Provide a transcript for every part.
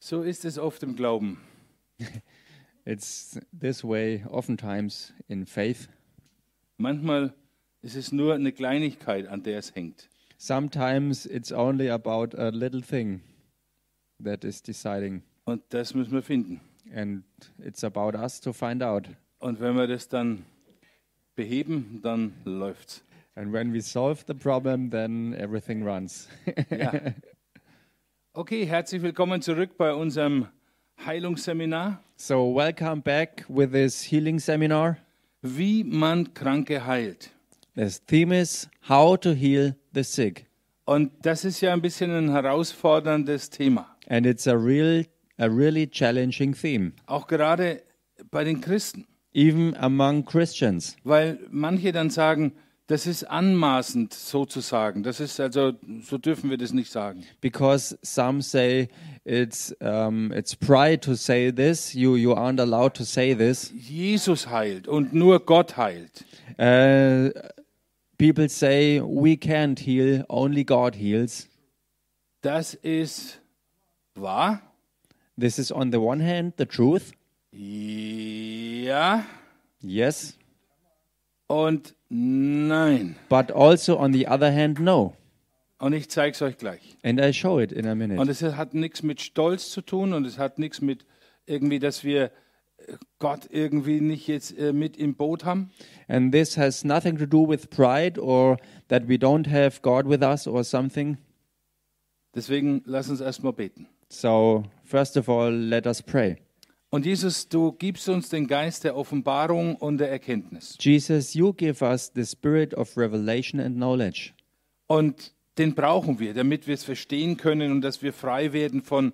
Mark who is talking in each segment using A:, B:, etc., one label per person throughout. A: So ist es oft im Glauben.
B: It's this way oftentimes in faith.
A: Manchmal ist es nur eine Kleinigkeit, an der es hängt.
B: Sometimes it's only about a little thing that is deciding,
A: Und das müssen wir finden.
B: and it's about us to find out.
A: Und wenn wir das dann beheben, dann läuft's.
B: And when we solve the problem, then everything runs.
A: Ja. Okay, herzlich willkommen zurück bei unserem Heilungsseminar,
B: so, welcome back with this healing seminar.
A: wie man Kranke heilt.
B: The theme is how to heal the sick,
A: Und das ist ja ein bisschen ein herausforderndes Thema,
B: and it's a real, a really challenging theme,
A: auch gerade bei den Christen,
B: even among Christians,
A: weil manche dann sagen, das ist anmaßend sozusagen. Das ist also so dürfen wir das nicht sagen.
B: because some say it's um, it's pride to say this. You you aren't allowed to say this.
A: Jesus heilt und nur Gott heilt.
B: Uh, people say we can't heal, only God heals.
A: Das ist wahr?
B: This is on the one hand the truth,
A: Ja
B: yes,
A: und nein.
B: but also on the other hand no.
A: Und ich zeige es euch gleich.
B: And I show it in a minute.
A: Und es hat nichts mit Stolz zu tun und es hat nichts mit irgendwie, dass wir äh, Gott irgendwie nicht jetzt äh, mit im Boot haben.
B: And this has nothing to do with pride or that we don't have God with us or something.
A: Deswegen lass uns erstmal beten.
B: So, first of all, let us pray.
A: Und Jesus, du gibst uns den Geist der Offenbarung und der Erkenntnis
B: Jesus, you give us the spirit of revelation and knowledge.
A: und den brauchen wir, damit wir es verstehen können und dass wir frei werden von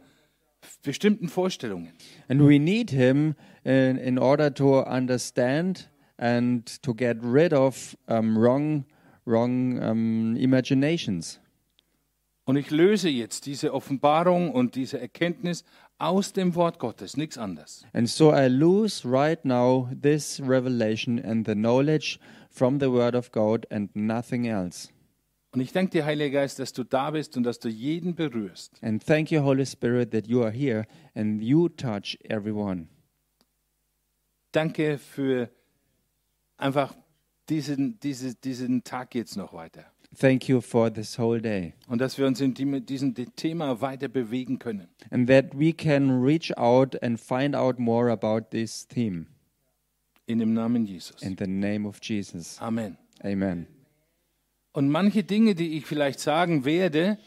A: bestimmten Vorstellungen.
B: And we need him in, in order to understand and to get rid of um, wrong, wrong um, imaginations.
A: Und ich löse jetzt diese Offenbarung und diese Erkenntnis aus dem Wort Gottes, nichts anderes.
B: And so I lose right now this revelation and the knowledge from the Word of God and nothing else.
A: Und ich danke dir, Heiliger Geist, dass du da bist und dass du jeden berührst.
B: And thank you, Holy Spirit, that you are here and you touch everyone.
A: Danke für einfach diesen, diese, diesen Tag jetzt noch weiter.
B: Thank you for this whole day.
A: Und dass wir uns in die- diesem Thema weiter bewegen können.
B: And that we can reach out and find out more about this theme.
A: In dem Namen Jesus.
B: In the name of Jesus.
A: Amen.
B: Amen.
A: Und manche Dinge, die ich vielleicht sagen werde,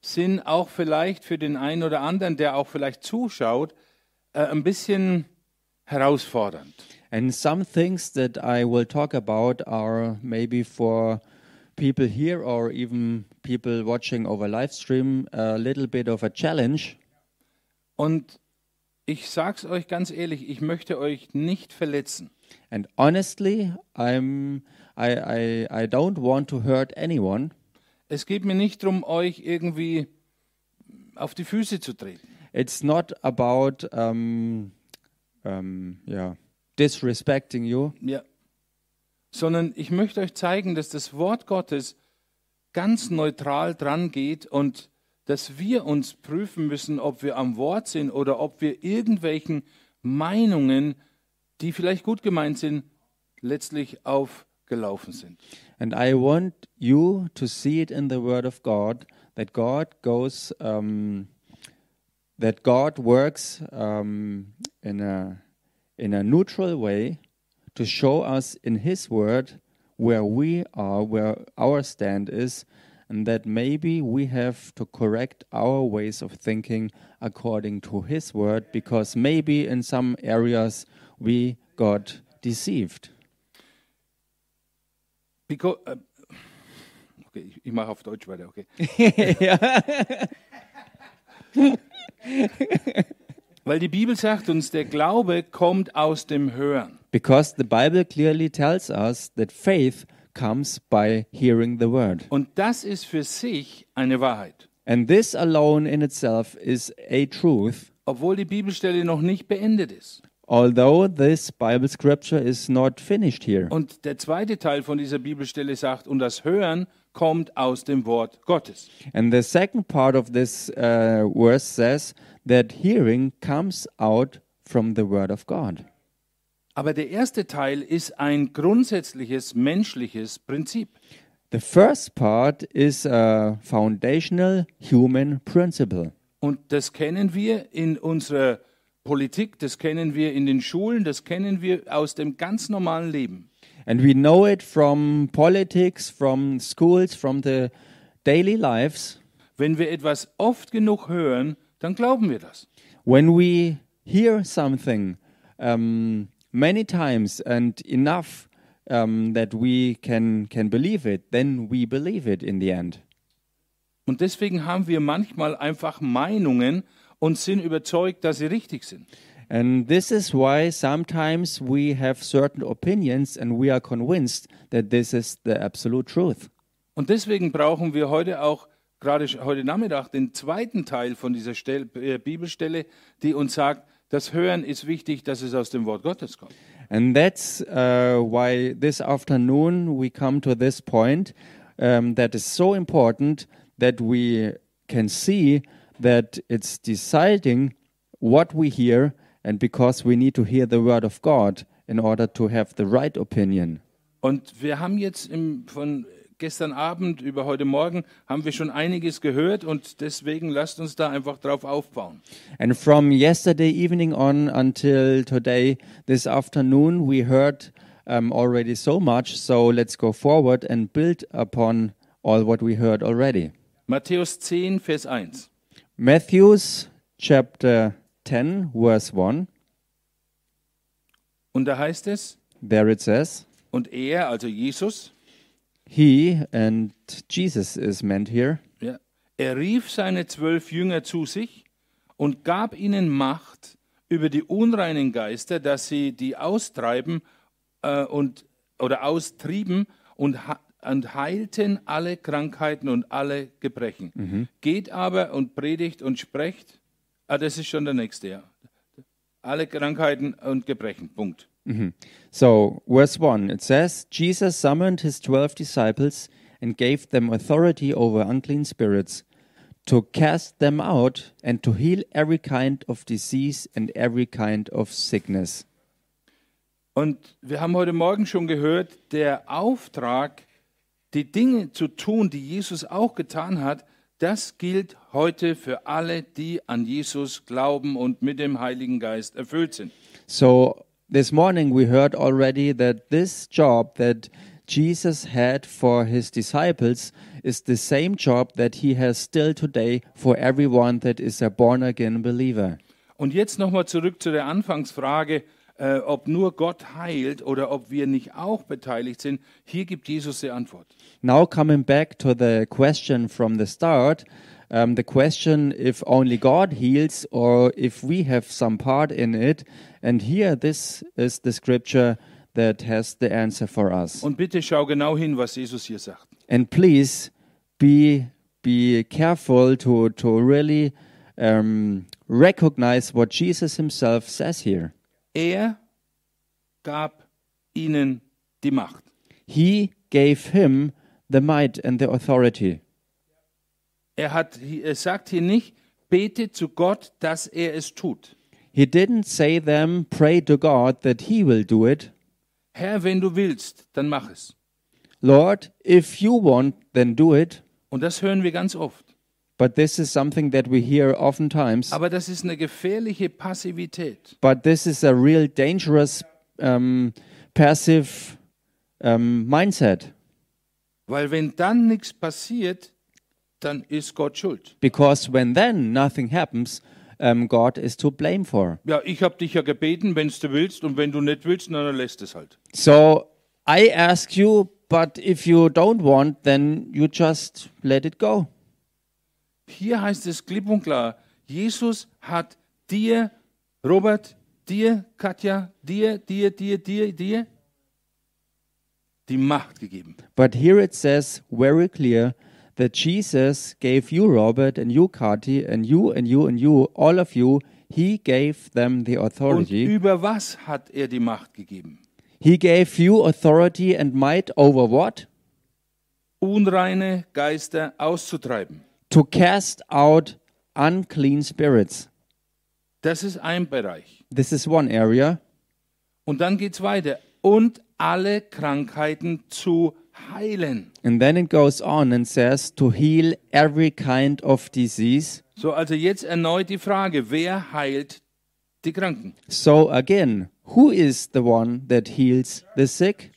A: sind auch vielleicht für den einen oder anderen, der auch vielleicht zuschaut, äh, ein bisschen herausfordernd.
B: And some things that I will talk about are maybe for people here or even people watching over live stream a little bit of a challenge.
A: Und ich sag's euch ganz ehrlich, ich möchte euch nicht verletzen.
B: And honestly, I'm I, I, I don't want to hurt anyone.
A: Es geht mir nicht darum, euch irgendwie auf die Füße zu treten.
B: it's not about um, um, yeah disrespecting you
A: Ja. Sondern ich möchte euch zeigen, dass das Wort Gottes ganz neutral dran geht und dass wir uns prüfen müssen, ob wir am Wort sind oder ob wir irgendwelchen Meinungen, die vielleicht gut gemeint sind, letztlich aufgelaufen sind.
B: and i want you to see it in the word of god that god goes um, that god works um, in a in a neutral way to show us in his word where we are where our stand is and that maybe we have to correct our ways of thinking according to his word because maybe in some areas we got deceived
A: Because, äh, okay, ich, ich mache auf Deutsch weiter, okay. Weil die Bibel sagt uns, der Glaube kommt aus dem Hören.
B: Because the Bible clearly tells us that faith comes by hearing the word.
A: Und das ist für sich eine Wahrheit.
B: And this alone in itself is a truth,
A: Obwohl die Bibelstelle noch nicht beendet ist.
B: although this Bible scripture is not finished here.
A: Und der zweite Teil von dieser Bibelstelle sagt, und das Hören kommt aus dem Wort Gottes.
B: And the second part of this uh, verse says that hearing comes out from the word of God.
A: Aber der erste Teil ist ein grundsätzliches menschliches Prinzip.
B: The first part is a foundational human principle.
A: Und das kennen wir in unserer Politik, das kennen wir in den Schulen, das kennen wir aus dem ganz normalen Leben.
B: And we know it from politics, from schools, from the daily lives.
A: Wenn wir etwas oft genug hören, dann glauben wir das.
B: When we hear something um, many times and enough um, that we can, can believe it, then we believe it in the end.
A: Und deswegen haben wir manchmal einfach Meinungen und sind überzeugt, dass sie richtig sind.
B: And this is why sometimes we have certain opinions and we are convinced that this is the absolute truth.
A: Und deswegen brauchen wir heute auch, gerade sch- heute Nachmittag, den zweiten Teil von dieser Stell, äh, Bibelstelle, die uns sagt, das Hören ist wichtig, dass es aus dem Wort Gottes kommt.
B: And that's uh, why this afternoon we come to this point um, that is so important that we can see that it's deciding what we hear, and because we need to hear the word of God in order to have the right opinion.
A: Und wir haben jetzt im, von gestern Abend über heute Morgen, haben wir schon einiges gehört und deswegen lasst uns da einfach drauf aufbauen.
B: And from yesterday evening on until today, this afternoon, we heard um, already so much. So let's go forward and build upon all what we heard already.
A: Matthäus 10, Vers 1.
B: Matthew's chapter 10, verse 1,
A: Und da heißt es,
B: there it says,
A: und er, also Jesus,
B: He and Jesus is meant here.
A: Ja. Er rief seine zwölf Jünger zu sich und gab ihnen Macht über die unreinen Geister, dass sie die austreiben äh, und, oder austrieben und, ha- und heilten alle Krankheiten und alle Gebrechen. Geht aber und predigt und sprecht. Ah, das ist schon der nächste, ja. Alle Krankheiten und Gebrechen. Punkt.
B: Mm-hmm. So, verse 1, it says, Jesus summoned his twelve disciples and gave them authority over unclean spirits to cast them out and to heal every kind of disease and every kind of sickness.
A: Und wir haben heute Morgen schon gehört, der Auftrag, die Dinge zu tun, die Jesus auch getan hat, das gilt heute für alle, die an Jesus glauben und mit dem Heiligen Geist erfüllt sind.
B: So, this morning we heard already that this job that Jesus had for his disciples is the same job that he has still today for everyone that is a born again believer.
A: Und jetzt nochmal zurück zu der Anfangsfrage, äh, ob nur Gott heilt oder ob wir nicht auch beteiligt sind. Hier gibt Jesus die Antwort.
B: Now, coming back to the question from the start, um, the question if only God heals or if we have some part in it. And here, this is the scripture that has the answer for us.
A: Und bitte schau genau hin, was Jesus hier sagt.
B: And please be, be careful to, to really um, recognize what Jesus himself says here.
A: Er gab ihnen die Macht.
B: He gave him the might and the authority.
A: Er, hat, er sagt hier nicht, bete zu Gott, dass er es tut.
B: He didn't say them, pray to God that he will do it.
A: Herr, wenn du willst, dann mach es.
B: Lord, if you want, then do it.
A: Und das hören wir ganz oft.
B: But this is something that we hear oftentimes.
A: Aber das ist eine gefährliche Passivität.
B: But this is a real dangerous um, passive um, mindset
A: Weil wenn dann nichts passiert, dann ist Gott schuld.
B: because when then nothing happens, um, God is to blame for.
A: Ja, ich habe dich ja gebeten, wenn du willst. Und wenn du nicht willst, na, dann lässt es halt.
B: So I ask you, but if you don't want, then you just let it go.
A: Hier heißt es klipp und klar, Jesus hat dir, Robert, dir, Katja, dir, dir, dir, dir, dir die Macht gegeben.
B: But here it says very clear that Jesus gave you, Robert, and you, Kati, and you, and you, and you, all of you, he gave them the
A: Und
B: authority.
A: über was hat er die Macht gegeben?
B: He gave you authority and might over what?
A: unreine Geister auszutreiben.
B: to cast out unclean spirits.
A: Das ist ein Bereich.
B: This is one area.
A: Und dann geht es weiter. Und alle Krankheiten zu heilen.
B: And then it goes on and says to heal every kind of disease.
A: So, also jetzt erneut die Frage, wer heilt die Kranken?
B: So again, who is the one that heals the sick?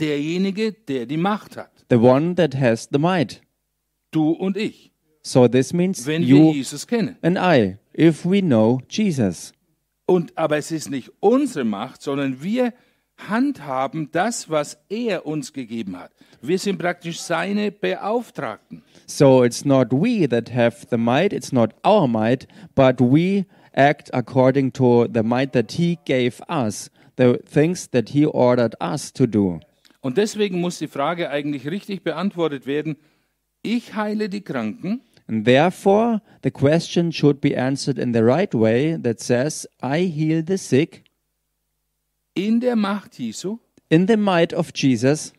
A: Derjenige, der die Macht hat.
B: The one that has the might.
A: Du und ich,
B: So this means
A: wenn wir
B: you
A: Jesus kennen.
B: and I, if we know Jesus.
A: Und, aber es ist nicht unsere Macht, sondern wir handhaben das, was er uns gegeben hat. Wir sind praktisch seine Beauftragten.
B: So it's not we that have the might, it's not our might, but we act according to the might that He gave us, the things that He ordered us to do.
A: Und deswegen muss die Frage eigentlich richtig beantwortet werden. Ich heile die Kranken,
B: And therefore, the question should be answered in the right way that says, I heal the sick
A: in der Macht Jesu
B: in the might of Jesus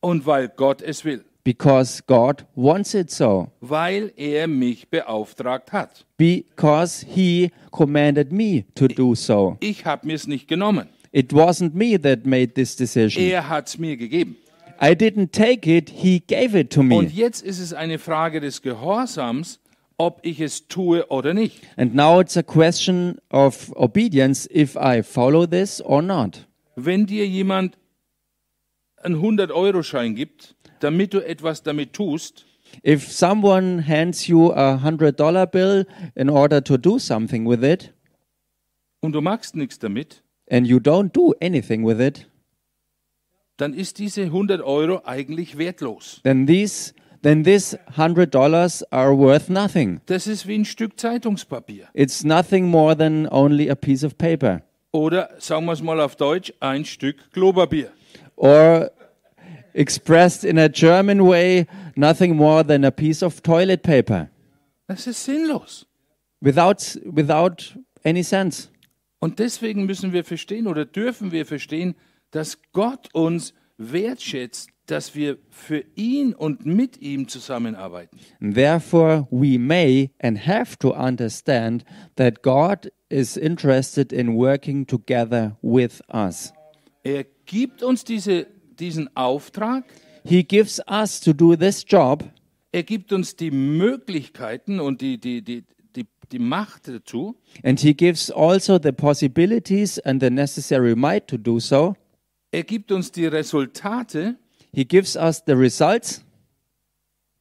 A: und weil Gott es will,
B: because God wants it so,
A: weil er mich beauftragt hat.
B: because He commanded me to do so.
A: Ich habe mir es nicht genommen.
B: It wasn't me that made this decision.
A: Er hat es mir gegeben.
B: I didn't take it, He gave it to
A: Und
B: me.
A: jetzt ist es eine Frage des Gehorsams, ob ich es tue oder nicht.
B: And now it's a question of obedience if I follow this or not.
A: Wenn dir jemand einen 100-Euro-Schein gibt, damit du etwas damit tust,
B: If someone hands you a hundred dollar bill in order to do something with it,
A: und du machst nichts damit,
B: and you don't do anything with it,
A: dann ist diese 100 Euro eigentlich wertlos.
B: then these then this hundred dollars are worth nothing.
A: Das ist wie ein Stück Zeitungspapier.
B: It's nothing more than only a piece of paper.
A: Oder, sagen wir es mal auf Deutsch, ein Stück Klopapier.
B: Or expressed in a German way, nothing more than a piece of toilet paper.
A: Das ist sinnlos.
B: Without without any sense.
A: Und deswegen müssen wir verstehen oder dürfen wir verstehen, dass Gott uns wertschätzt, dass wir für ihn und mit ihm zusammenarbeiten.
B: And Therefore, we may and have to understand that God is interested in working together with us.
A: Er gibt uns diese, diesen Auftrag,
B: He gives us to do this job
A: er gibt uns die Möglichkeiten und die, die, die, die, die Macht dazu.
B: And he gives also the possibilities and the necessary might to do so.
A: Er gibt uns die Resultate,
B: He gives us the results,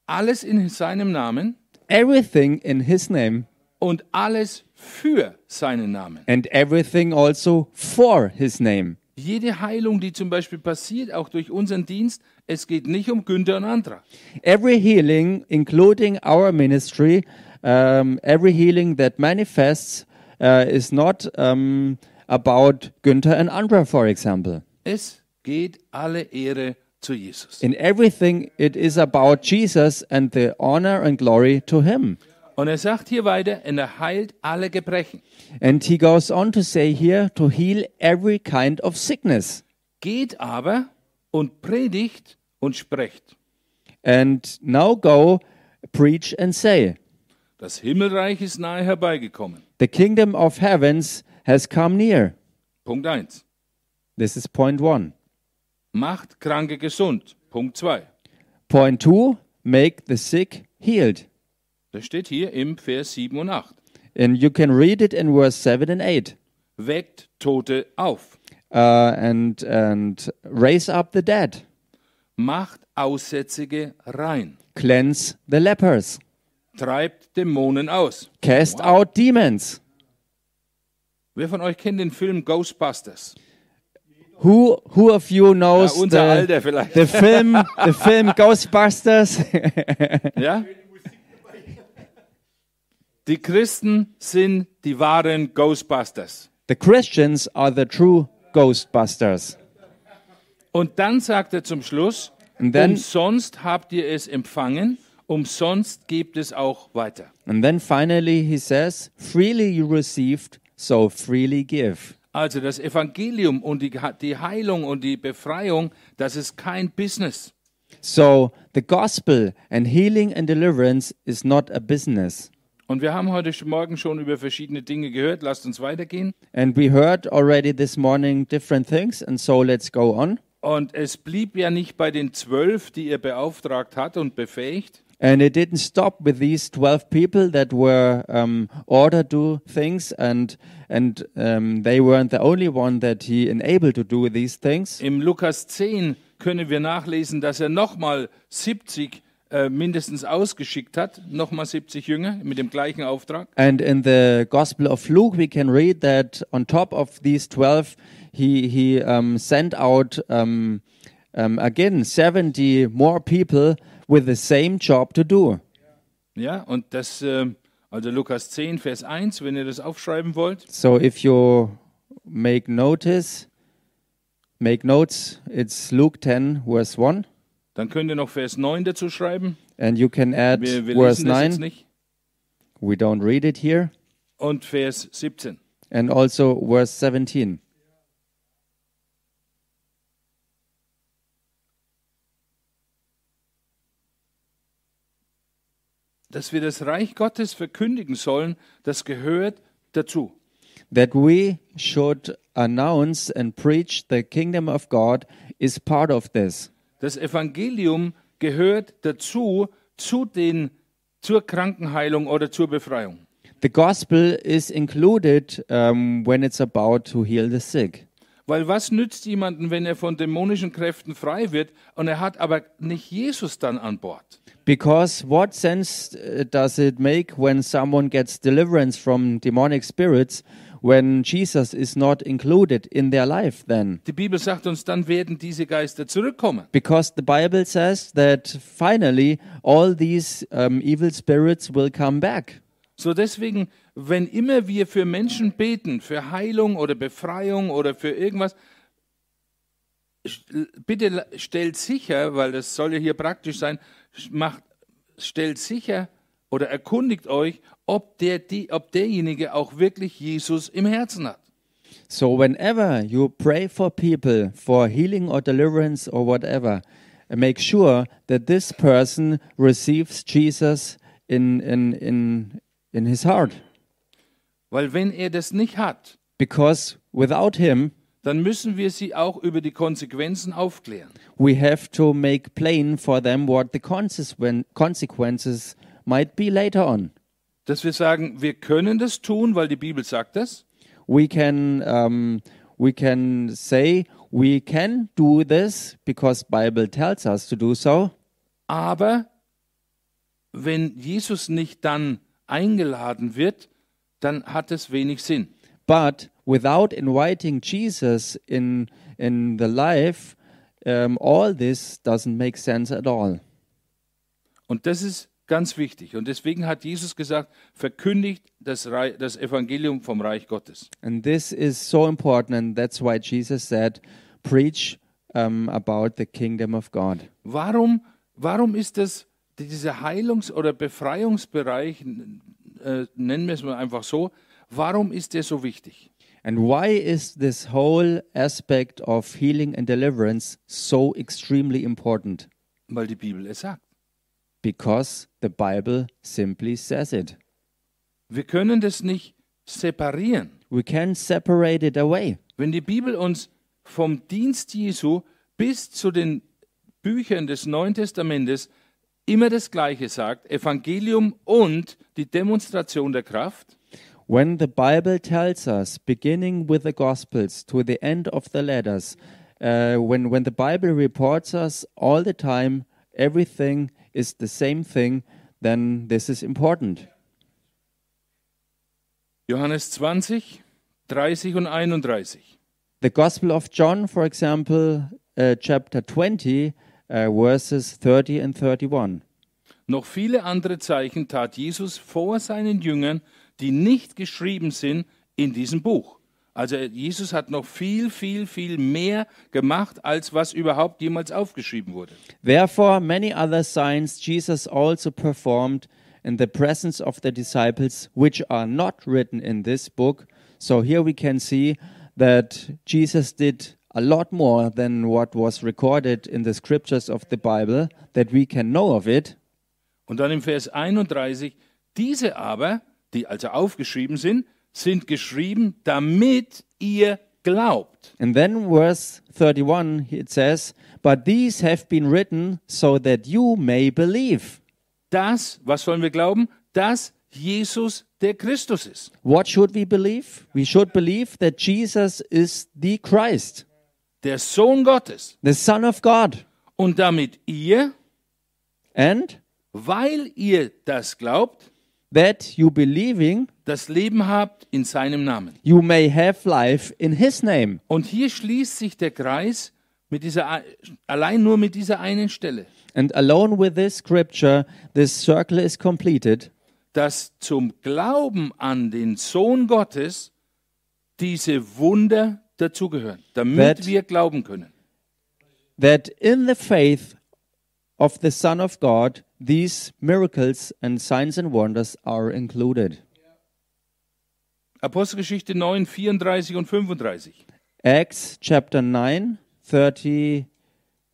A: alles in seinem Namen
B: everything in his name,
A: und alles für seinen Namen.
B: and everything also for his name.
A: Jede Heilung, die zum Beispiel passiert, auch durch unseren Dienst, es geht nicht um Günther und Andra.
B: Every healing, including our ministry, um, every healing that manifests uh, is not um, about Günther and Andra, for example.
A: Es geht alle Ehre zu Jesus.
B: In everything, it is about Jesus and the honor and glory to him.
A: Und er sagt hier weiter, und er heilt alle Gebrechen.
B: And he goes on to say here to heal every kind of sickness.
A: Geht aber und predigt und sprecht.
B: And now go, preach and say,
A: Das Himmelreich ist nahe herbeigekommen.
B: The kingdom of heavens has come near.
A: Punkt 1.
B: This is point one.
A: Macht Kranke gesund. Punkt 2.
B: Point two, make the sick healed.
A: Das steht hier im Vers 7 und 8.
B: And you can read it in verse 7 and 8.
A: Weckt Tote auf.
B: Uh, and, and raise up the dead,
A: Macht Aussätzige rein.
B: cleanse the lepers,
A: Treibt Dämonen aus.
B: cast out demons.
A: Wer von euch kennt den Film Ghostbusters?
B: Who, who of
A: Ja,
B: you knows
A: unser
B: the-
A: Alter vielleicht.
B: the film the film Ghostbusters
A: Ja? Die Christen sind die wahren Ghostbusters.
B: the Christians are the true Ghostbusters
A: Und dann sagt er zum Schluss,
B: And then-
A: umsonst habt ihr es empfangen, umsonst gebt es auch weiter.
B: and then finally he says freely you received so freely give
A: Also das Evangelium und die, die Heilung und die Befreiung, das ist kein Business.
B: So the gospel and healing and deliverance is not a business.
A: Und wir haben heute schon- Morgen schon über verschiedene Dinge gehört. Lasst uns weitergehen.
B: And we heard already this morning different things, and so let's go on.
A: Und es blieb ja nicht bei den zwölf, die er beauftragt hat und befähigt,
B: And it didn't stop with these 12 people that were um, ordered to things, and, and um, they weren't the only one that he enabled to do these things.
A: Im Lukas 10 können wir nachlesen, dass er nochmal 70 äh, mindestens ausgeschickt hat, nochmal 70 Jünger mit dem gleichen Auftrag.
B: And in the Gospel of Luke, we can read that on top of these 12, he, he um, sent out um, um, again 70 more people with the same job to do.
A: Ja, und das, ähm, also Lukas 10, Vers 1, wenn ihr das aufschreiben wollt.
B: So if you make notice, make notes, it's Luke 10, verse 1.
A: Dann könnt ihr noch Vers 9 dazu schreiben.
B: And you can add
A: Wir, wir
B: verse
A: lesen das jetzt
B: 9.
A: nicht.
B: We don't read it here.
A: Und Vers 17.
B: And also verse 17.
A: Dass wir das Reich Gottes verkündigen sollen, das gehört dazu.
B: That we should announce and preach the kingdom of God is part of this.
A: Das Evangelium gehört dazu, zu den, zur Krankenheilung oder zur Befreiung.
B: The gospel is included um, when it's about to heal the sick.
A: Weil was nützt jemanden, wenn er von dämonischen Kräften frei wird und er hat aber nicht Jesus dann an Bord?
B: Because what sense uh, does it make when someone gets deliverance from demonic spirits when Jesus is not included in their life then?
A: Die Bibel sagt uns, dann werden diese Geister zurückkommen.
B: Because the Bible says that finally all these um, evil spirits will come back.
A: So deswegen, wenn immer wir für Menschen beten, für Heilung oder Befreiung oder für irgendwas, sch- bitte la- stellt sicher, weil das soll ja hier praktisch sein, sch- macht, stellt sicher oder erkundigt euch, ob, der, die, ob derjenige auch wirklich Jesus im Herzen hat.
B: So whenever you pray for people for healing or deliverance or whatever, make sure that this person receives Jesus in in in in his heart.
A: Weil wenn er das nicht hat,
B: Because without him,
A: dann müssen wir sie auch über die Konsequenzen aufklären.
B: we have to make plain for them what the consequen- consequences might be later on.
A: Dass wir sagen, wir können das tun, weil die Bibel sagt das,
B: We can um, we can say we can do this because Bible tells us to do so.
A: aber wenn Jesus nicht dann eingeladen wird, dann hat es wenig Sinn.
B: But without inviting Jesus in in the life, um, all this doesn't make sense at all.
A: Und das ist ganz wichtig. Und deswegen hat Jesus gesagt, verkündigt das, Rei das Evangelium vom Reich Gottes.
B: And this is so important, and that's why Jesus said, "Preach um, about the kingdom of God."
A: Warum, warum ist das, dieser Heilungs- oder Befreiungsbereich, n- äh, nennen wir es mal einfach so, warum ist der so wichtig?
B: And why is this whole aspect of healing and deliverance so extremely important?
A: Weil die Bibel es sagt.
B: Because the Bible simply says it.
A: Wir können das nicht separieren.
B: We can separate it away.
A: Wenn die Bibel uns vom Dienst Jesu bis zu den Büchern des Neuen Testamentes immer das Gleiche sagt, Evangelium und die Demonstration der Kraft,
B: When the Bible tells us, beginning with the Gospels to the end of the letters, uh, when, when the Bible reports us all the time, everything is the same thing, then this is important.
A: Johannes 20, 30 und 31.
B: The Gospel of John, for example, uh, chapter 20, uh, verses 30 and 31.
A: Noch viele andere Zeichen tat Jesus vor seinen Jüngern, die nicht geschrieben sind in diesem Buch. Also Jesus hat noch viel, viel, viel mehr gemacht, als was überhaupt jemals aufgeschrieben wurde.
B: Therefore, many other signs Jesus also performed in the presence of the disciples, which are not written in this book. So here we can see that Jesus did a lot more than what was recorded in the scriptures of the Bible that we can know of it.
A: Und dann im Vers 31, diese aber, die also aufgeschrieben sind, sind geschrieben, damit ihr glaubt.
B: And then verse 31 it says, But these have been written so that you may believe.
A: Das, was sollen wir glauben? Dass Jesus der Christus ist.
B: What should we believe? We should believe that Jesus is the Christ,
A: Der Sohn Gottes.
B: the Son of God.
A: Und damit ihr,
B: And
A: weil ihr das glaubt,
B: that you believing,
A: das Leben habt in seinem Namen.
B: you may have life in his name.
A: Und hier schließt sich der Kreis mit dieser, allein nur mit dieser einen Stelle,
B: And alone with this scripture, this circle is completed
A: dass zum Glauben an den Sohn Gottes diese Wunder dazugehören, damit
B: That-
A: wir glauben können.
B: that in the faith of the Son of God, these miracles and signs and wonders are included.
A: Apostelgeschichte 9, 34 und 35.
B: Acts chapter 9, 30,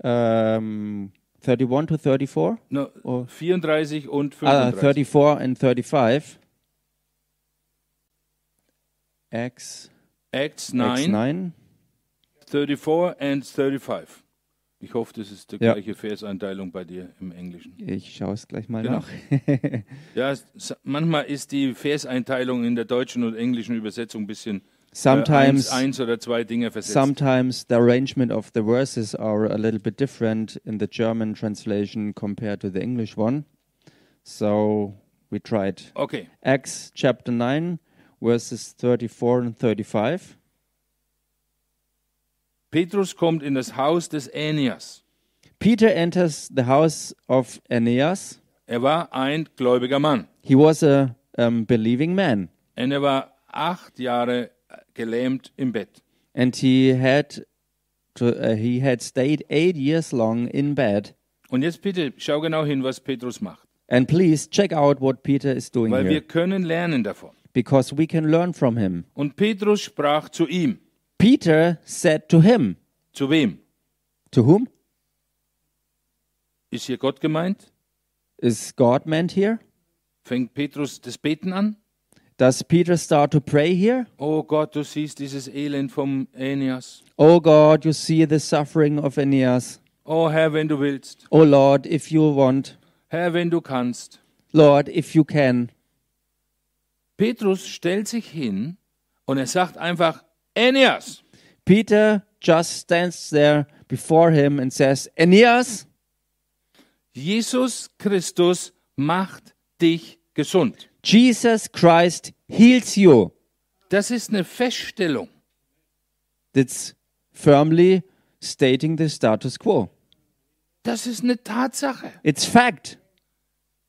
B: um, 31 to 34.
A: No,
B: Oh.
A: 34 und
B: Uh,
A: 35.
B: 34 and 35. Acts,
A: Acts
B: Acts
A: 9,
B: 9.
A: 34 and 35. Ich hoffe, das ist die
B: Ja.
A: gleiche Verseinteilung bei dir im Englischen.
B: Ich schaue es gleich mal
A: Genau.
B: nach.
A: Ja, es- s- manchmal ist die Verseinteilung in der deutschen und englischen Übersetzung ein bisschen
B: Sometimes-
A: äh, eins, eins oder zwei Dinge versetzt.
B: Sometimes the arrangement of the verses are a little bit different in the German translation compared to the English one. So we tried
A: okay,
B: Acts chapter 9, verses 34 and 35.
A: Petrus kommt in das Haus des Aeneas.
B: Peter enters the house of Aeneas.
A: Er war ein gläubiger Mann.
B: He was a um, believing man,
A: Und er war acht Jahre äh, gelähmt im Bett.
B: and he had to, uh, he had stayed eight years long in bed.
A: Und jetzt bitte schau genau hin, was Petrus macht.
B: And please check out what Peter is doing
A: Weil wir
B: here,
A: können lernen davon.
B: because we can learn from him.
A: Und Petrus sprach zu ihm.
B: Peter said to him,
A: Zu wem?
B: to whom
A: Ist hier Gott gemeint?
B: is God meant here?
A: Fängt Petrus das Beten an?
B: Does Peter start to pray here?
A: Oh Gott, du siehst dieses Elend vom Aeneas.
B: Oh God, you see the suffering of Aeneas.
A: Oh Herr, wenn du willst.
B: Oh Lord, if you want.
A: Herr, wenn du kannst.
B: Lord, if you can.
A: Petrus stellt sich hin und er sagt einfach, Aeneas,
B: Peter just stands there before him and says, Aeneas,
A: Jesus Christus macht dich gesund.
B: Jesus Christ heals you.
A: Das ist eine Feststellung.
B: That's firmly stating the status quo.
A: Das ist eine Tatsache.
B: It's fact.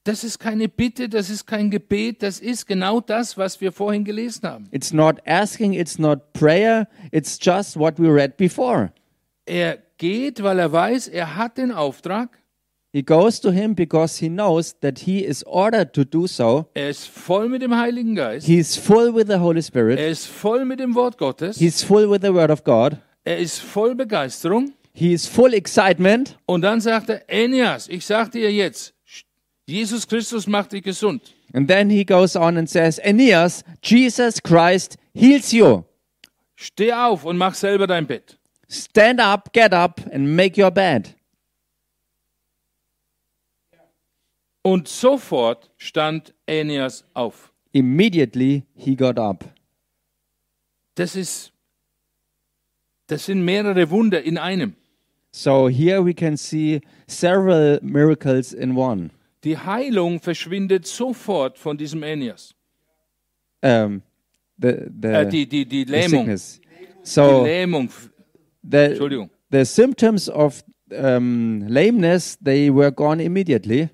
A: Das ist keine Bitte, das ist kein Gebet, das ist genau das, was wir vorhin gelesen haben.
B: It's not asking, it's not prayer, it's just what we read before.
A: Er geht, weil er weiß, er hat den Auftrag,
B: He goes to him because he knows that he is ordered to do so.
A: er ist voll mit dem Heiligen Geist,
B: He's full with the Holy Spirit.
A: er ist voll mit dem Wort Gottes,
B: He's full with the Word of God.
A: er ist voll Begeisterung
B: He is full excitement.
A: und dann sagt er, Enias, ich sag dir jetzt, Jesus Christus macht dich gesund.
B: And then he goes on and says, Aeneas, Jesus Christ heals you.
A: Steh auf und mach selber dein Bett.
B: Stand up, get up, and make your bed.
A: Und sofort stand Enias auf.
B: Immediately he got up.
A: Das ist, das sind mehrere Wunder in einem.
B: So here we can see several miracles in one.
A: Die Heilung verschwindet sofort von diesem Aeneas.
B: Um, the, the,
A: Äh, die, die, die
B: the
A: Lähmung.
B: sickness.
A: Die
B: So
A: Lähmung.
B: the,
A: Entschuldigung.
B: the symptoms of um, lameness they were gone immediately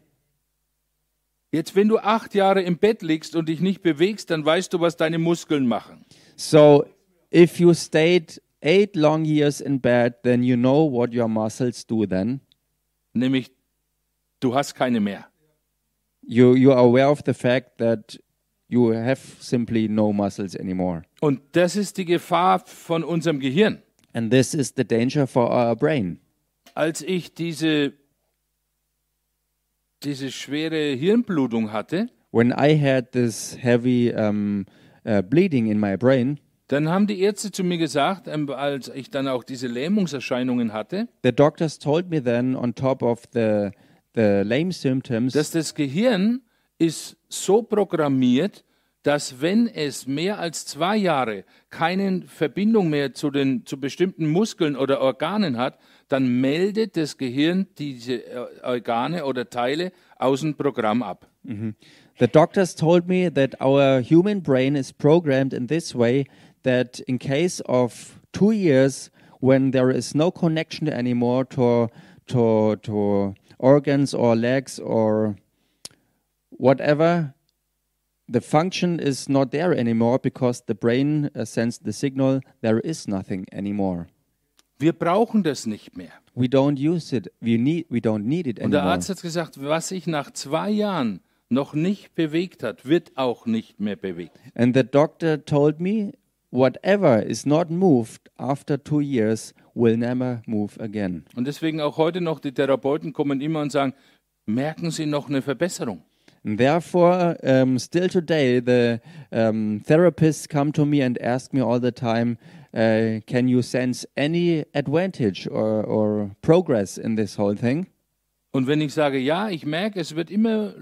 A: Jetzt, wenn du acht Jahre im Bett liegst und dich nicht bewegst, dann weißt du, was deine Muskeln machen.
B: so if you stayed eight long years in bed then you know what your muscles do then
A: Nämlich, du hast keine mehr.
B: you you are aware of the fact that you have simply no muscles anymore
A: Und das ist die Gefahr von unserem Gehirn.
B: And this is the danger for our brain.
A: Als ich diese, diese schwere Hirnblutung hatte,
B: When I had this heavy um, uh, bleeding in my brain,
A: dann haben die Ärzte zu mir gesagt, ähm, als ich dann auch diese Lähmungserscheinungen hatte,
B: the doctors told me then, on top of the the lame symptoms,
A: dass das Gehirn ist so programmiert, dass wenn es mehr als zwei Jahre keine Verbindung mehr zu den zu bestimmten Muskeln oder Organen hat, dann meldet das Gehirn diese äh, Organe oder Teile aus dem Programm ab.
B: The doctors told me that our human brain is programmed in this way that in case of two years when there is no connection anymore to to to organs or legs or whatever the function is not there anymore because the brain uh, sends the signal there is nothing anymore
A: Wir brauchen das nicht mehr.
B: we don't use it we need we don't need it
A: Und der
B: anymore
A: Arzt hat gesagt, was sich nach zwei Jahren noch nicht bewegt hat, wird auch nicht mehr bewegt.
B: And the doctor told me, whatever is not moved after two years will never move again.
A: Und deswegen auch heute noch, die Therapeuten kommen immer und sagen, merken Sie noch eine Verbesserung.
B: And therefore, um, still today, the um, therapists come to me and ask me all the time, uh, can you sense any advantage or, or progress in this whole thing?
A: Und wenn ich sage, ja, ich merke, es wird immer,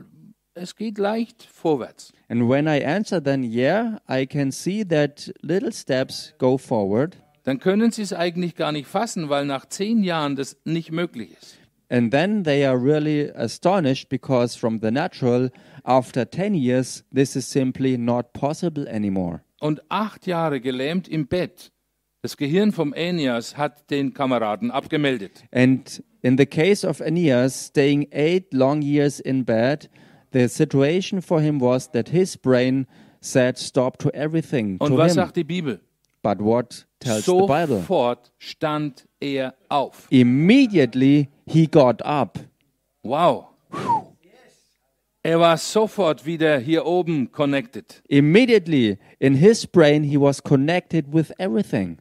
A: es geht leicht vorwärts.
B: And when I answer, then yeah, I can see that little steps go forward.
A: Dann können Sie es eigentlich gar nicht fassen, weil nach zehn Jahren das nicht möglich ist.
B: And then they are really astonished because, from the natural, after 10 years, this is simply not possible anymore.
A: Und acht Jahre gelähmt im Bett. Das Gehirn vom Aeneas hat den Kameraden abgemeldet.
B: And in the case of Aeneas, staying eight long years in bed, the situation for him was that his brain said stop to everything.
A: Und
B: to
A: was
B: him.
A: sagt die Bibel?
B: But what tells the Bible?
A: Sofort stand er auf.
B: Immediately he got up.
A: Wow. Er war sofort wieder hier oben connected.
B: Immediately in his brain, he was connected with everything.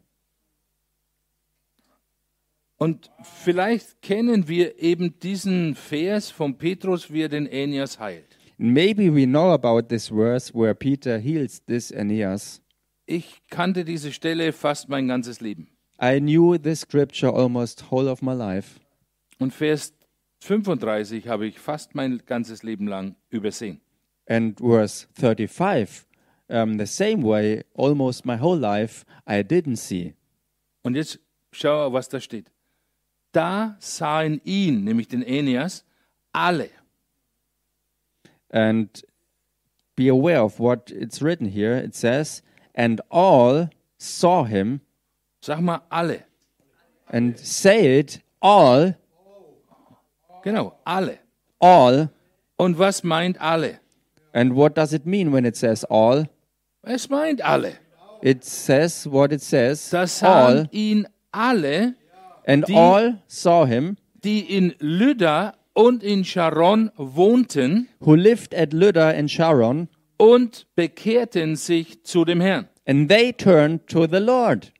A: Und vielleicht kennen wir eben diesen Vers von Petrus, wie er den Aeneas heilt.
B: Maybe we know about this verse where Peter heals this Aeneas.
A: Ich kannte diese Stelle fast mein ganzes Leben.
B: I knew this scripture almost whole of my life.
A: Und Vers 35 habe ich fast mein ganzes Leben lang übersehen.
B: And verse 35, um, the same way, almost my whole life, I didn't see.
A: Und jetzt schau, was da steht. Da sahen ihn, nämlich den Aeneas, alle.
B: And be aware of what it's written here. It says, And all saw him,
A: Sag mal alle.
B: and say it, all,
A: Genau, alle.
B: all.
A: Und was meint alle?
B: And what does it mean when it says all?
A: Es meint alle.
B: It says what it says,
A: Da sahen
B: all,
A: ihn alle,
B: and
A: die-
B: all saw him.
A: die in Lydda und in Sharon wohnten
B: who lived at Lydda and Sharon,
A: und bekehrten sich zu dem Herrn.
B: and they turned to the Lord.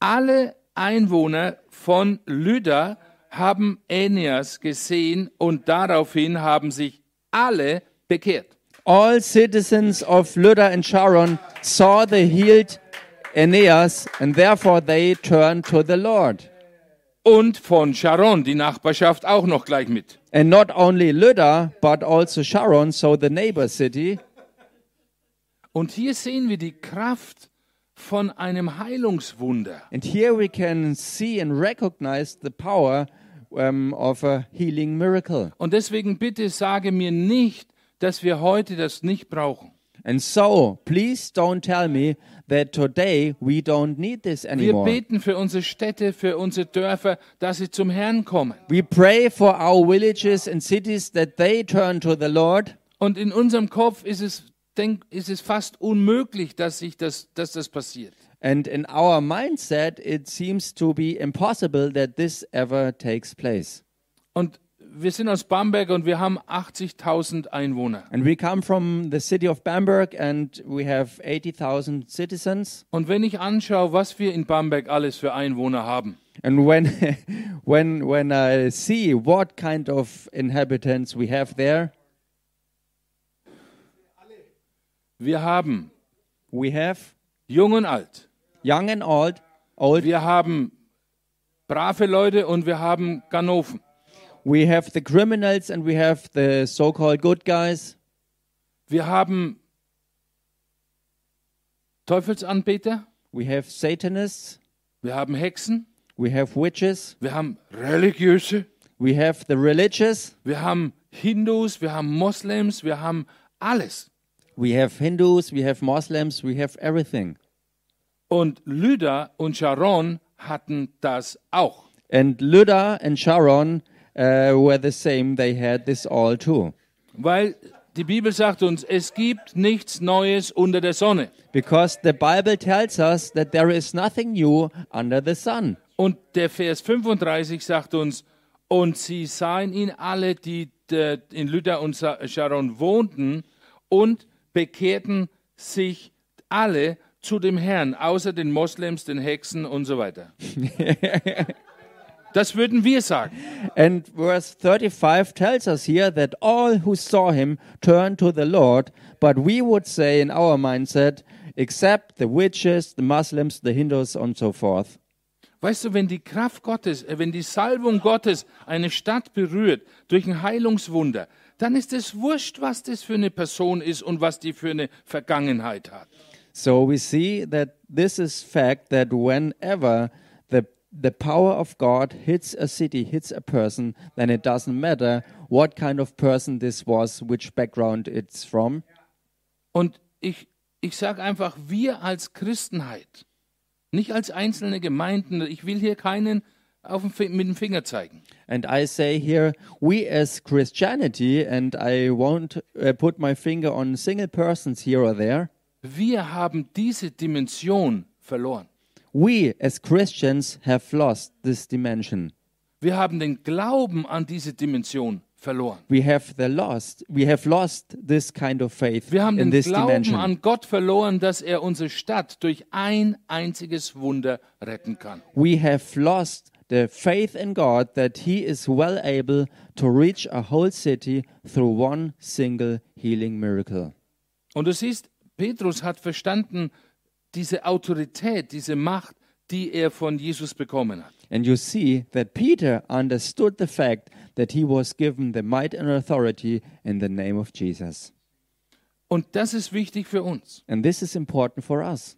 A: Alle Einwohner von Lydda haben Aeneas gesehen und daraufhin haben sich alle bekehrt.
B: All citizens of Lydda and Sharon saw the healed Aeneas, and therefore they turned to the Lord.
A: Und von Sharon, die Nachbarschaft, auch noch gleich mit.
B: And not only Lydda, but also Sharon, so the neighbor city.
A: Und hier sehen wir die Kraft von einem Heilungswunder.
B: And here we can see and recognize the power um, of a healing miracle.
A: Und deswegen bitte sage mir nicht, dass wir heute das nicht brauchen.
B: And so, please don't tell me that today we don't need this
A: Wir
B: anymore.
A: beten für unsere Städte, für unsere Dörfer, dass sie zum Herrn kommen.
B: We pray for our villages and cities that they turn to the Lord.
A: Und in unserem Kopf ist es, denk, ist es fast unmöglich, dass, sich das, dass das passiert.
B: And in our mindset, it seems to be impossible that this ever takes place.
A: Und wir sind aus Bamberg und wir haben 80.000 Einwohner.
B: And we come from the city of Bamberg and we have 80,000 citizens.
A: Und wenn ich anschaue, was wir in Bamberg alles für Einwohner haben,
B: And when, when, when I see what kind of inhabitants we have there,
A: wir haben
B: we have
A: jung und alt,
B: young and old, old.
A: wir haben brave Leute und wir haben Ganoven.
B: We have the criminals and we have the so-called good guys.
A: Wir haben Teufelsanbeter,
B: We have Satanists.
A: wir haben Hexen,
B: We have witches.
A: wir haben Religiöse,
B: We have the religious.
A: wir haben Hindus, wir haben Moslems, wir haben alles.
B: We have Hindus. We have Muslims. We have everything.
A: Und Lüder und Sharon hatten das auch.
B: And Luda and Sharon uh, were the same. They had this all too.
A: Weil die Bibel sagt uns, es gibt nichts Neues unter der Sonne.
B: Because the Bible tells us that there is nothing new under the sun.
A: Und der Vers 35 sagt uns, und sie sahen ihn alle, die äh, in Lüder und Sa- Sharon wohnten, und bekehrten sich alle zu dem Herrn, außer den Moslems, den Hexen und so weiter. das würden wir sagen.
B: And verse 35 tells us here that all who saw him turned to the Lord, but we would say in our mindset, except the witches, the Muslims, the Hindus, and so forth.
A: Weißt du, wenn die Kraft Gottes, äh, wenn die Salbung Gottes eine Stadt berührt durch ein Heilungswunder, dann ist es wurscht, was das für eine Person ist und was die für eine Vergangenheit hat.
B: So we see that this is fact that whenever the the power of God hits a city, hits a person, then it doesn't matter what kind of person this was, which background it's from.
A: Und ich, ich sage einfach, wir als Christenheit, nicht als einzelne Gemeinden, ich will hier keinen auf den, Fi- mit dem Finger zeigen.
B: And I say here, we as Christianity, and I won't uh, put my finger on single persons here or there,
A: Wir haben diese Dimension verloren.
B: we as Christians have lost this dimension.
A: Wir haben den Glauben an diese Dimension verloren.
B: We have the lost. We have lost this kind of faith
A: Wir haben den
B: in this
A: Glauben
B: dimension.
A: an Gott verloren, dass er unsere Stadt durch ein einziges Wunder retten kann.
B: we have lost the faith in God that He is well able to reach a whole city through one single healing miracle.
A: Und du siehst, Petrus hat verstanden, diese Autorität, diese Macht, die er von Jesus bekommen hat.
B: And you see that Peter understood the fact that he was given the might and authority in the name of Jesus.
A: Und das ist wichtig für uns,
B: And this is important for us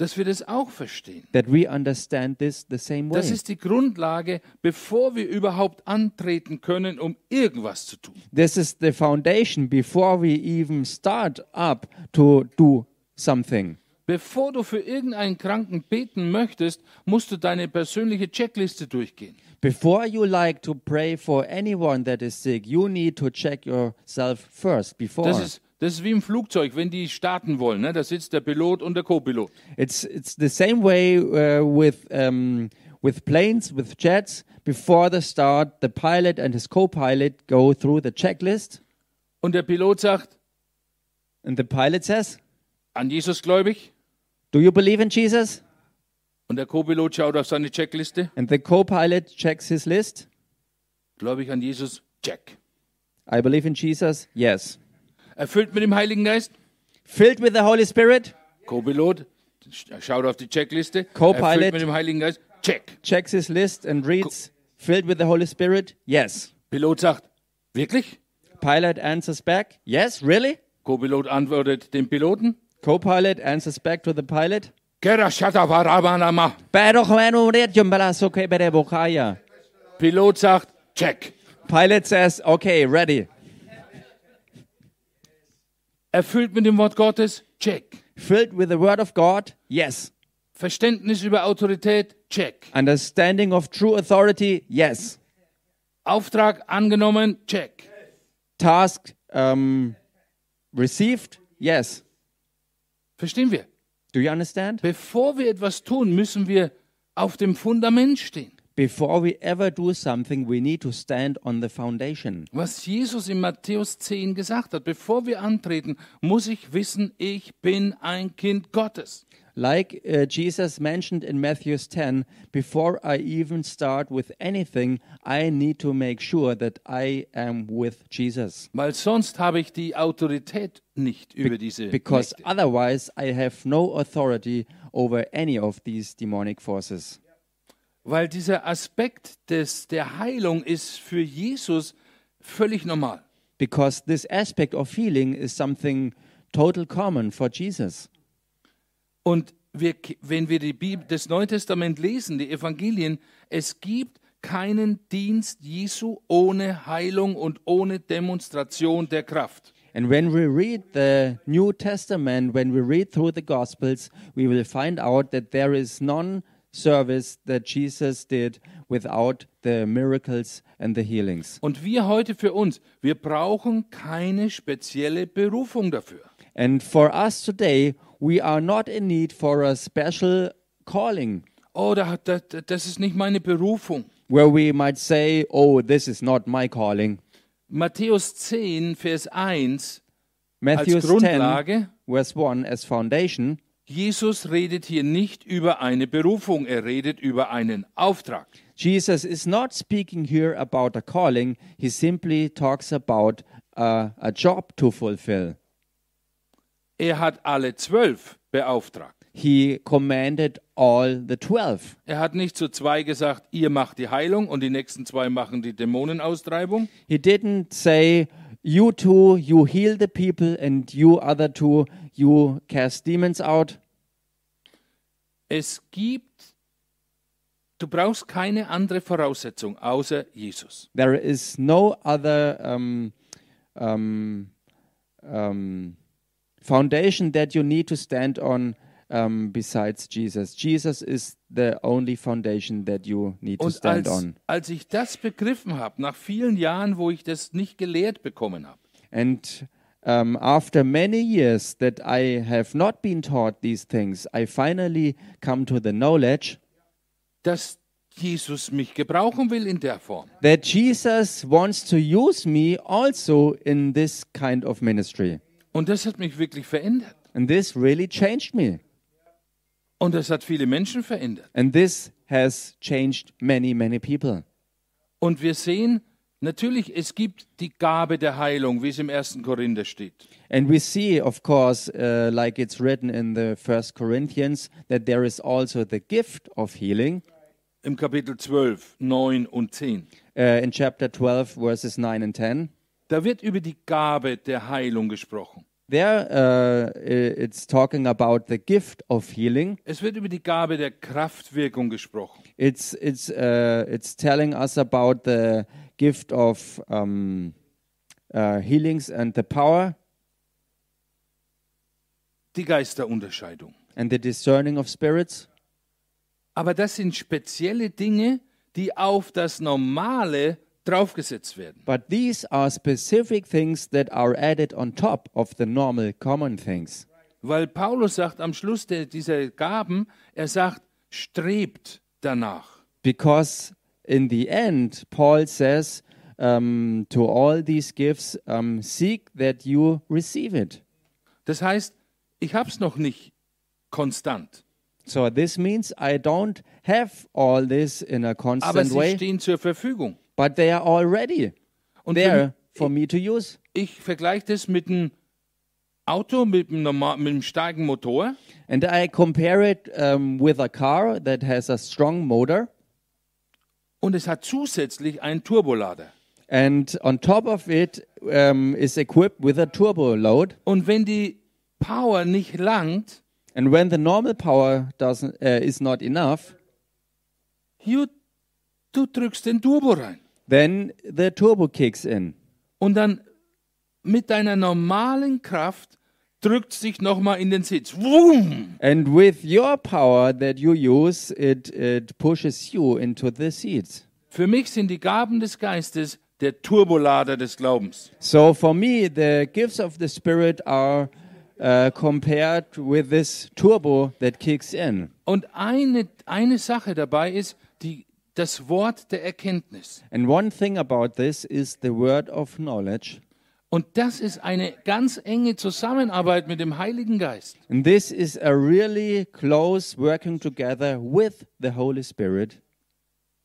A: dass wir das auch verstehen.
B: that we understand this the same way.
A: Das ist die Grundlage, bevor wir überhaupt antreten können, um irgendwas zu tun.
B: this is the foundation before we even start up to do something.
A: Bevor du für irgendeinen Kranken beten möchtest, musst du deine persönliche Checkliste durchgehen.
B: Before you like to pray for anyone that is sick, you need to check yourself first. Before
A: Das ist, das ist wie im Flugzeug, wenn die starten wollen. Ne? Da sitzt der Pilot und der Co-Pilot.
B: it's it's the same way uh, with um, with planes, with jets. Before the start, the pilot and his co-pilot go through the checklist,
A: Und der Pilot sagt,
B: and the pilot says,
A: an Jesus gläubig.
B: "Do you believe in Jesus?"
A: Und der Co-Pilot schaut auf seine Checkliste.
B: And the co-pilot checks his list.
A: Gläubig an Jesus, check.
B: I believe in Jesus. Yes.
A: Erfüllt mit dem Heiligen Geist.
B: Filled with the Holy Spirit,
A: Co-Pilot sch- schaut auf die Checkliste.
B: Co-Pilot.
A: Erfüllt mit dem Heiligen Geist, check.
B: checks his list and reads, "Filled with the Holy Spirit." Yes.
A: Pilot sagt, wirklich?
B: Pilot answers back, "Yes, really."
A: Co-Pilot antwortet dem Piloten.
B: Co-pilot answers back to the pilot.
A: Kerashatavarabhanama.
B: Pilot
A: Pilot sagt, check.
B: says, okay, ready.
A: Erfüllt mit dem Wort Gottes, check.
B: Filled with the word of God, yes.
A: Verständnis über Autorität, check.
B: Understanding of true authority, yes.
A: Auftrag angenommen, check.
B: Task um, received, yes.
A: Verstehen wir?
B: Do you understand?
A: Bevor wir etwas tun, müssen wir auf dem Fundament stehen.
B: before we ever do something, we need to stand on the foundation.
A: Was Jesus in Matthäus 10 gesagt hat, bevor wir antreten, muss ich wissen, ich bin ein Kind Gottes.
B: Like uh, Jesus mentioned in Matthew 10, before I even start with anything, I need to make sure that I am with Jesus.
A: Weil sonst habe ich die Autorität nicht über diese
B: Because
A: Mächte.
B: otherwise, I have no authority over any of these demonic forces.
A: Weil dieser Aspekt des, der Heilung ist für Jesus völlig normal.
B: Because this aspect of healing is something total common for Jesus.
A: Und wir, wenn wir die Bibel, das Neue Testament lesen, die Evangelien, es gibt keinen Dienst Jesu ohne Heilung und ohne Demonstration der Kraft.
B: And when we read the New Testament, when we read through the Gospels, we will find out that there is none service that Jesus did without the miracles and the healings.
A: Und wir heute für uns, wir brauchen keine spezielle Berufung dafür.
B: And for us today, we are not in need for a special calling
A: Oh, da, da, da- das ist nicht meine Berufung.
B: where we might say, oh, this is not my calling.
A: Matthäus 10, Vers 1,
B: Matthew 10,
A: Grundlage.
B: verse 1, as foundation,
A: Jesus redet hier nicht über eine Berufung, er redet über einen Auftrag.
B: Jesus is not speaking here about a calling, he simply talks about uh, a job to fulfill.
A: Er hat alle zwölf beauftragt.
B: He commanded all the 12.
A: Er hat nicht zu zwei gesagt, ihr macht die Heilung und die nächsten zwei machen die Dämonenaustreibung,
B: He didn't say, You two, you heal the people, and you other two, you cast demons out.
A: Es gibt, du brauchst keine andere Voraussetzung außer Jesus.
B: There is no other um, um, um, foundation that you need to stand on um, besides Jesus. Jesus is the only foundation that you need to
A: Und
B: stand
A: als,
B: on.
A: als ich das begriffen habe, nach vielen Jahren, wo ich das nicht gelehrt bekommen habe,
B: And um, after many years that I have not been taught these things, I finally come to the knowledge
A: dass Jesus mich gebrauchen will in der Form.
B: that Jesus wants to use me also in this kind of ministry.
A: Und das hat mich wirklich verändert.
B: And this really changed me.
A: Und das hat viele Menschen verändert.
B: And this has changed many, many people.
A: Und wir sehen, natürlich, es gibt die Gabe der Heilung, wie es im 1. Korinther steht.
B: And we see, of course, uh, like it's written in the First Corinthians, that there is also the gift of healing
A: Im Kapitel 12, 9 und 10.
B: uh, in chapter 12, verses 9 and 10.
A: Da wird über die Gabe der Heilung gesprochen.
B: There, uh, i- it's talking about the gift of healing.
A: Es wird über die Gabe der Kraftwirkung gesprochen.
B: It's it's uh, it's telling us about the gift of um, uh, healings and the power
A: Die Geisterunterscheidung.
B: and the discerning of spirits.
A: Aber das sind spezielle Dinge, die auf das Normale draufgesetzt werden.
B: But these are specific things that are added on top of the normal common things.
A: Weil Paulus sagt am Schluss der, dieser Gaben, er sagt, strebt danach.
B: Because in the end, Paul says um, to all these gifts, um, seek that you receive it.
A: Das heißt, ich habe es noch nicht konstant,
B: So this means I don't have all this in a
A: aber
B: constant
A: sie
B: way,
A: stehen zur Verfügung.
B: but they are already
A: Und
B: there
A: wenn,
B: for me to use.
A: ich vergleiche das mit einem Auto mit einem, norma- mit einem starken Motor.
B: And I compare it um, with a car that has a strong motor,
A: Und es hat zusätzlich einen Turbolader.
B: and on top of it um, is equipped with a turbo load.
A: Und wenn die Power nicht langt,
B: And when the normal power doesn't uh, is not enough,
A: you, du drückst den Turbo rein.
B: then the turbo kicks in,
A: Und dann mit deiner normalen Kraft drückt es dich nochmal in den Sitz. Wum!
B: and with your power that you use, it it pushes you into the seat.
A: Für mich sind die Gaben des Geistes der Turbolader des Glaubens.
B: So for me, the gifts of the Spirit are uh, compared with this turbo that kicks in.
A: Und eine, eine Sache dabei ist, die, das Wort der Erkenntnis.
B: And one thing about this is the word of knowledge.
A: Und das ist eine ganz enge Zusammenarbeit mit dem Heiligen Geist.
B: And this is a really close working together with the Holy Spirit.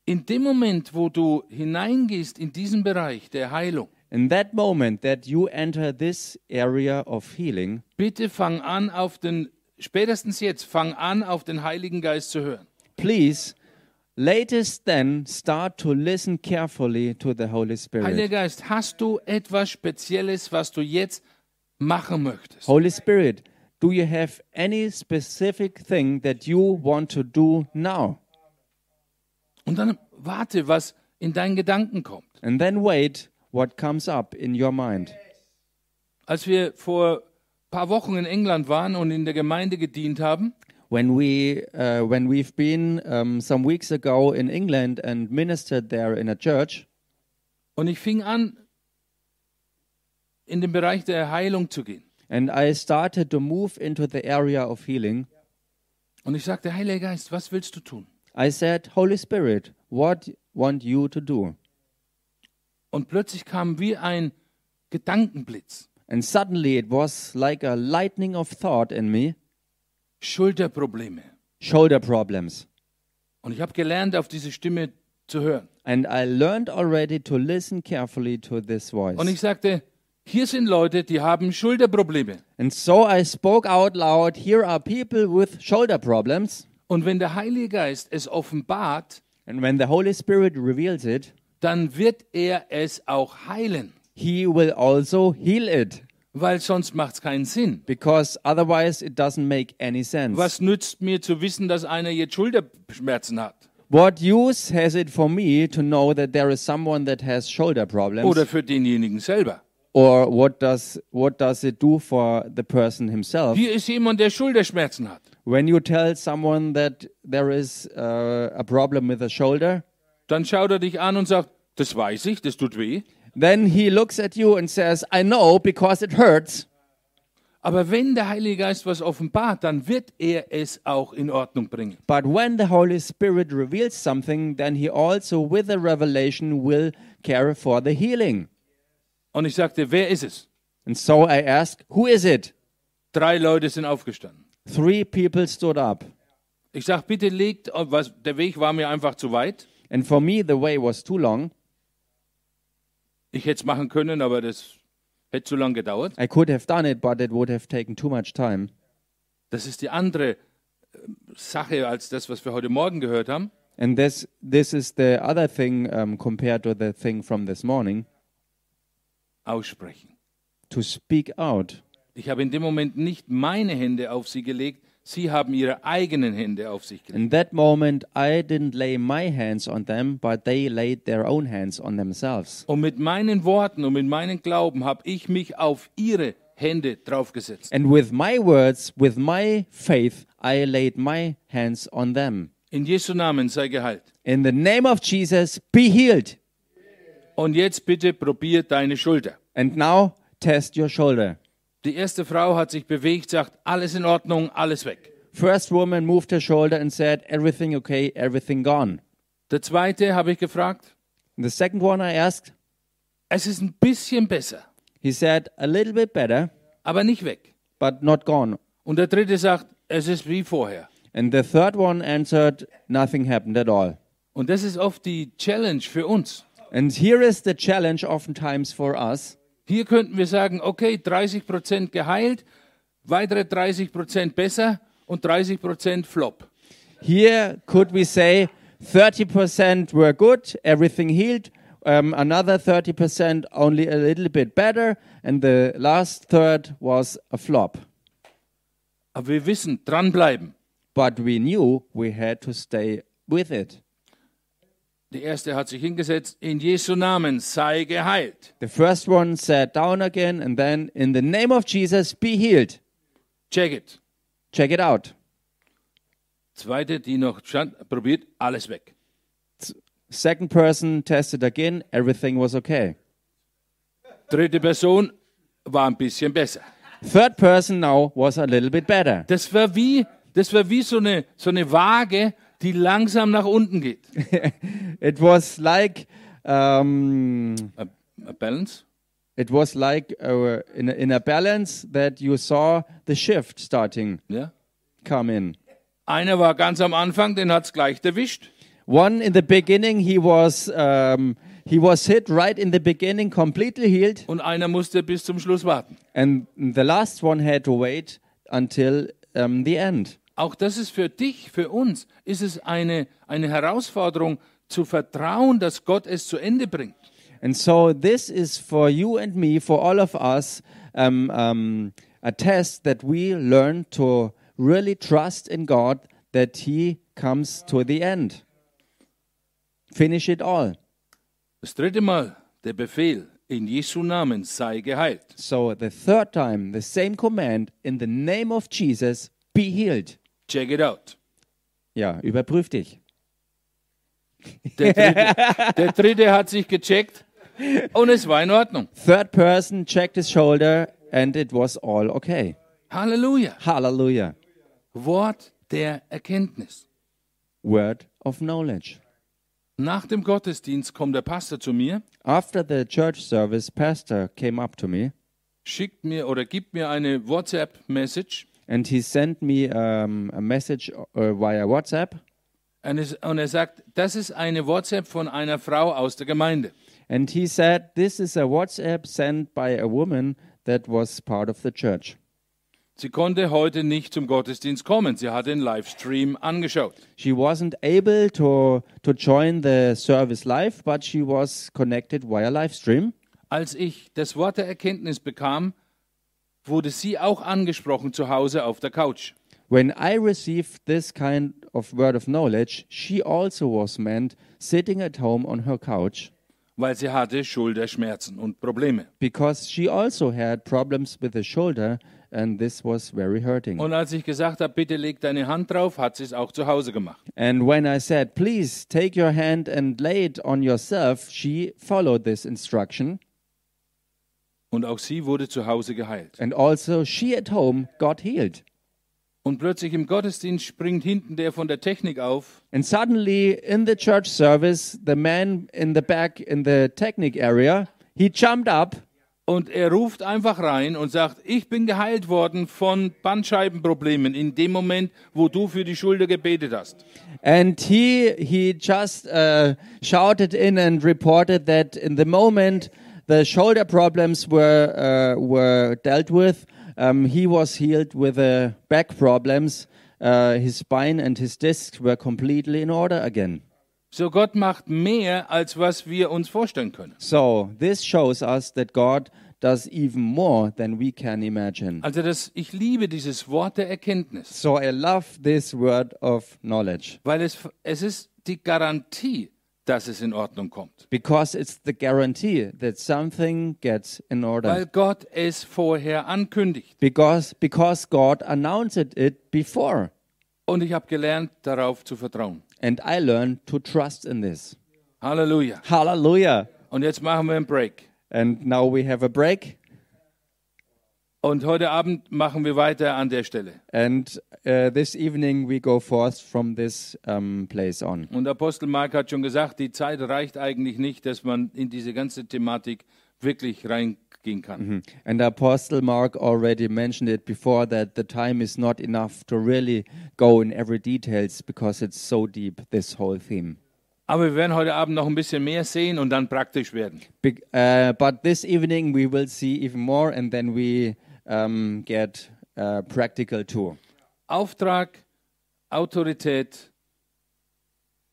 A: In dem Moment, wo du hineingehst in diesen Bereich der Heilung,
B: In that moment that you enter this area of healing,
A: bitte fang an auf den, spätestens jetzt, fang an auf den Heiligen Geist zu hören.
B: please, latest then, start to listen carefully to the Holy
A: Heiliger
B: Spirit.
A: Geist, hast du etwas Spezielles, was du jetzt machen möchtest?
B: Holy Spirit, do you have any specific thing that you want to do now?
A: Und dann warte, was in deinen Gedanken kommt.
B: And then wait what comes up in your mind.
A: Als wir vor ein paar Wochen in England waren und in der Gemeinde gedient haben,
B: When we uh, when we've been um, some weeks ago in England and ministered there in a church,
A: und ich fing an, in den Bereich der Heilung zu gehen.
B: and I started to move into the area of healing,
A: Und ich sagte, Heiliger Geist, was willst du tun?
B: I said, Holy Spirit, what want you to do?
A: Und plötzlich kam wie ein Gedankenblitz.
B: And suddenly it was like a lightning of thought in me,
A: Schulterprobleme.
B: shoulder problems.
A: Und ich habe gelernt, auf diese Stimme zu hören.
B: And I learned already to listen carefully to this voice.
A: Und ich sagte, hier sind Leute, die haben Schulterprobleme.
B: And so I spoke out loud, here are people with shoulder problems.
A: Und wenn der Heilige Geist es offenbart,
B: And when the Holy Spirit reveals it,
A: dann wird er es auch heilen,
B: he will also heal it
A: weil sonst macht es keinen Sinn.
B: because otherwise it doesn't make any sense.
A: Was nützt mir zu wissen, dass einer jetzt Schulterschmerzen hat
B: What use has it for me to know that there is someone that has shoulder problems?
A: oder für denjenigen selber?
B: or what does what does it do for the person himself
A: Hier ist jemand, der Schulterschmerzen hat.
B: when you tell someone that there is uh, a problem with the shoulder
A: Dann schaut er dich an und sagt, das weiß ich, das tut weh.
B: then he looks at you and says i know because it hurts
A: Aber wenn der Heilige Geist was offenbart, dann wird er es auch in Ordnung bringen.
B: but when the holy spirit reveals something then he also with the revelation will care for the healing
A: Und ich sagte, wer ist es?
B: and so i ask who is it
A: Drei Leute sind aufgestanden.
B: three people stood up
A: Ich sag, bitte legt, was, der Weg war mir einfach zu weit.
B: and for me the way was too long
A: Ich hätte es machen können, aber das hätte zu lange gedauert.
B: i could have done it but it would have taken too much time
A: Das ist die andere äh, Sache als das, was wir heute Morgen gehört haben.
B: And this this is the other thing um, compared to the thing from this morning
A: Aussprechen.
B: to speak out.
A: Ich habe in dem Moment nicht meine Hände auf sie gelegt, sie haben ihre eigenen Hände auf sich gelegt.
B: In that moment, I didn't lay my hands on them, but they laid their own hands on themselves.
A: Und mit meinen Worten und mit meinem Glauben habe ich mich auf ihre Hände draufgesetzt.
B: And with my words, with my faith, I laid my hands on them.
A: In Jesu Namen sei geheilt.
B: In the name of Jesus, be healed.
A: Und jetzt bitte probier deine Schulter.
B: And now test your shoulder.
A: Die erste Frau hat sich bewegt, sagt, alles in Ordnung, alles weg.
B: First woman moved her shoulder and said, "Everything okay? Everything gone."
A: Der zweite habe ich gefragt,
B: The second one I asked,
A: es ist ein bisschen besser,
B: he said, "A little bit better,
A: aber nicht weg.
B: but not gone."
A: Und der dritte sagt, es ist wie vorher.
B: And the third one answered, Nothing happened at all.
A: Und das ist oft die Challenge für uns.
B: And here is the challenge oftentimes for us.
A: Hier könnten wir sagen, okay, 30 Prozent geheilt, weitere 30 Prozent besser und 30 Prozent flop.
B: Here, could we say 30% were good, everything healed, um, another 30% only a little bit better, and the last third was a flop.
A: Aber wir wissen, dranbleiben.
B: But we knew we had to stay with it.
A: Die erste hat sich hingesetzt, in Jesu Namen sei geheilt.
B: The first one sat down again, and then, in the name of Jesus, be healed.
A: Check it.
B: Check it out.
A: Zweite, die noch stand, probiert, alles weg.
B: Second person tested again, everything was okay.
A: Dritte Person war ein bisschen besser.
B: Third person now was a little bit better.
A: Das war wie, das war wie so, eine, so eine Waage, die langsam nach unten geht. Äh,
B: It was like um,
A: A, a äh, balance.
B: it was like uh, in a, in a balance that you saw the shift starting
A: Ja.
B: come in.
A: Einer war ganz am Anfang, den hat es gleich erwischt.
B: One in the beginning, he was um, he was hit right in the beginning, completely healed,
A: Und einer musste bis zum Schluss warten.
B: and the last one had to wait until um, the end.
A: Auch das ist für dich, für uns, ist es eine, eine Herausforderung, zu vertrauen, dass Gott es zu Ende bringt.
B: And so this is for you and me, for all of us, um, um, a test that we learn to really trust in God that He comes to the end. Finish it all.
A: Das dritte Mal der Befehl, in Jesu Namen sei geheilt.
B: So the third time, the same command, in the name of Jesus, be healed.
A: Check it out.
B: Ja, überprüf dich.
A: Der dritte, der dritte hat sich gecheckt und es war in Ordnung.
B: Third person checked his shoulder and it was all okay.
A: Halleluja.
B: Hallelujah.
A: Wort der Erkenntnis.
B: Word of knowledge.
A: Nach dem Gottesdienst kommt der Pastor zu mir,
B: After the church service, pastor came up to me
A: schickt mir oder gibt mir eine WhatsApp-Message
B: and he sent me um, a message uh, via WhatsApp
A: und es- und er sagt, das ist eine WhatsApp von einer Frau aus der Gemeinde.
B: and he said this is a WhatsApp sent by a woman that was part of the church.
A: Sie konnte heute nicht zum Gottesdienst kommen. Sie hat den Livestream angeschaut.
B: She wasn't able to to join the service live, but she was connected via live stream.
A: Als ich das Wort der Erkenntnis bekam, wurde sie auch angesprochen zu Hause auf der Couch.
B: When I received this kind of word of knowledge, she also was meant sitting at home on her couch
A: weil sie hatte Schulterschmerzen und Probleme.
B: because she also had problems with the shoulder and this was very hurting.
A: Und als ich gesagt habe, bitte leg deine Hand drauf, hat sie es auch zu Hause gemacht.
B: And when I said, please take your hand and lay it on yourself, she followed this instruction
A: Und auch sie wurde zu Hause geheilt.
B: and also she at home got healed.
A: Und plötzlich im Gottesdienst springt hinten der von der Technik auf
B: And suddenly in the church service, the man in the back in the technic area, he jumped up
A: und er ruft einfach rein und sagt, ich bin geheilt worden von Bandscheibenproblemen in dem Moment, wo du für die Schulter gebetet hast.
B: And he he just uh, shouted in and reported that in the moment the shoulder problems were uh, were dealt with, um, he was healed with uh, back problems. Uh, his spine and his discs were completely in order again.
A: So Gott macht mehr, als was wir uns vorstellen können.
B: So this shows us that God does even more than we can imagine.
A: Also das, ich liebe dieses Wort der Erkenntnis.
B: So I love this word of knowledge
A: weil es, es ist die Garantie, dass es in Ordnung kommt,
B: because it's the guarantee that something gets in order.
A: weil Gott es vorher ankündigt.
B: because because God announced it before,
A: Und ich habe gelernt, darauf zu vertrauen.
B: and I learned to trust in this.
A: Halleluja.
B: Hallelujah!
A: Und jetzt machen wir einen Break.
B: And now we have a break,
A: Und heute Abend machen wir weiter an der Stelle.
B: and uh, this evening we go forth from this um, place on.
A: Und Apostel Mark hat schon gesagt, die Zeit reicht eigentlich nicht, dass man in diese ganze Thematik wirklich reingehen kann.
B: Hmm. And Apostle Mark already mentioned it before that the time is not enough to really go in every details because it's so deep. This whole theme.
A: Aber wir werden heute Abend noch ein bisschen mehr sehen und dann praktisch werden.
B: Be- uh, but this evening we will see even more, and then we um, get uh, practical too.
A: Auftrag, Autorität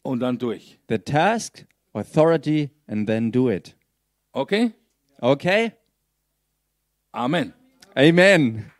A: und dann durch.
B: the task, authority, and then do it.
A: Okay?
B: Okay?
A: Amen.
B: Amen.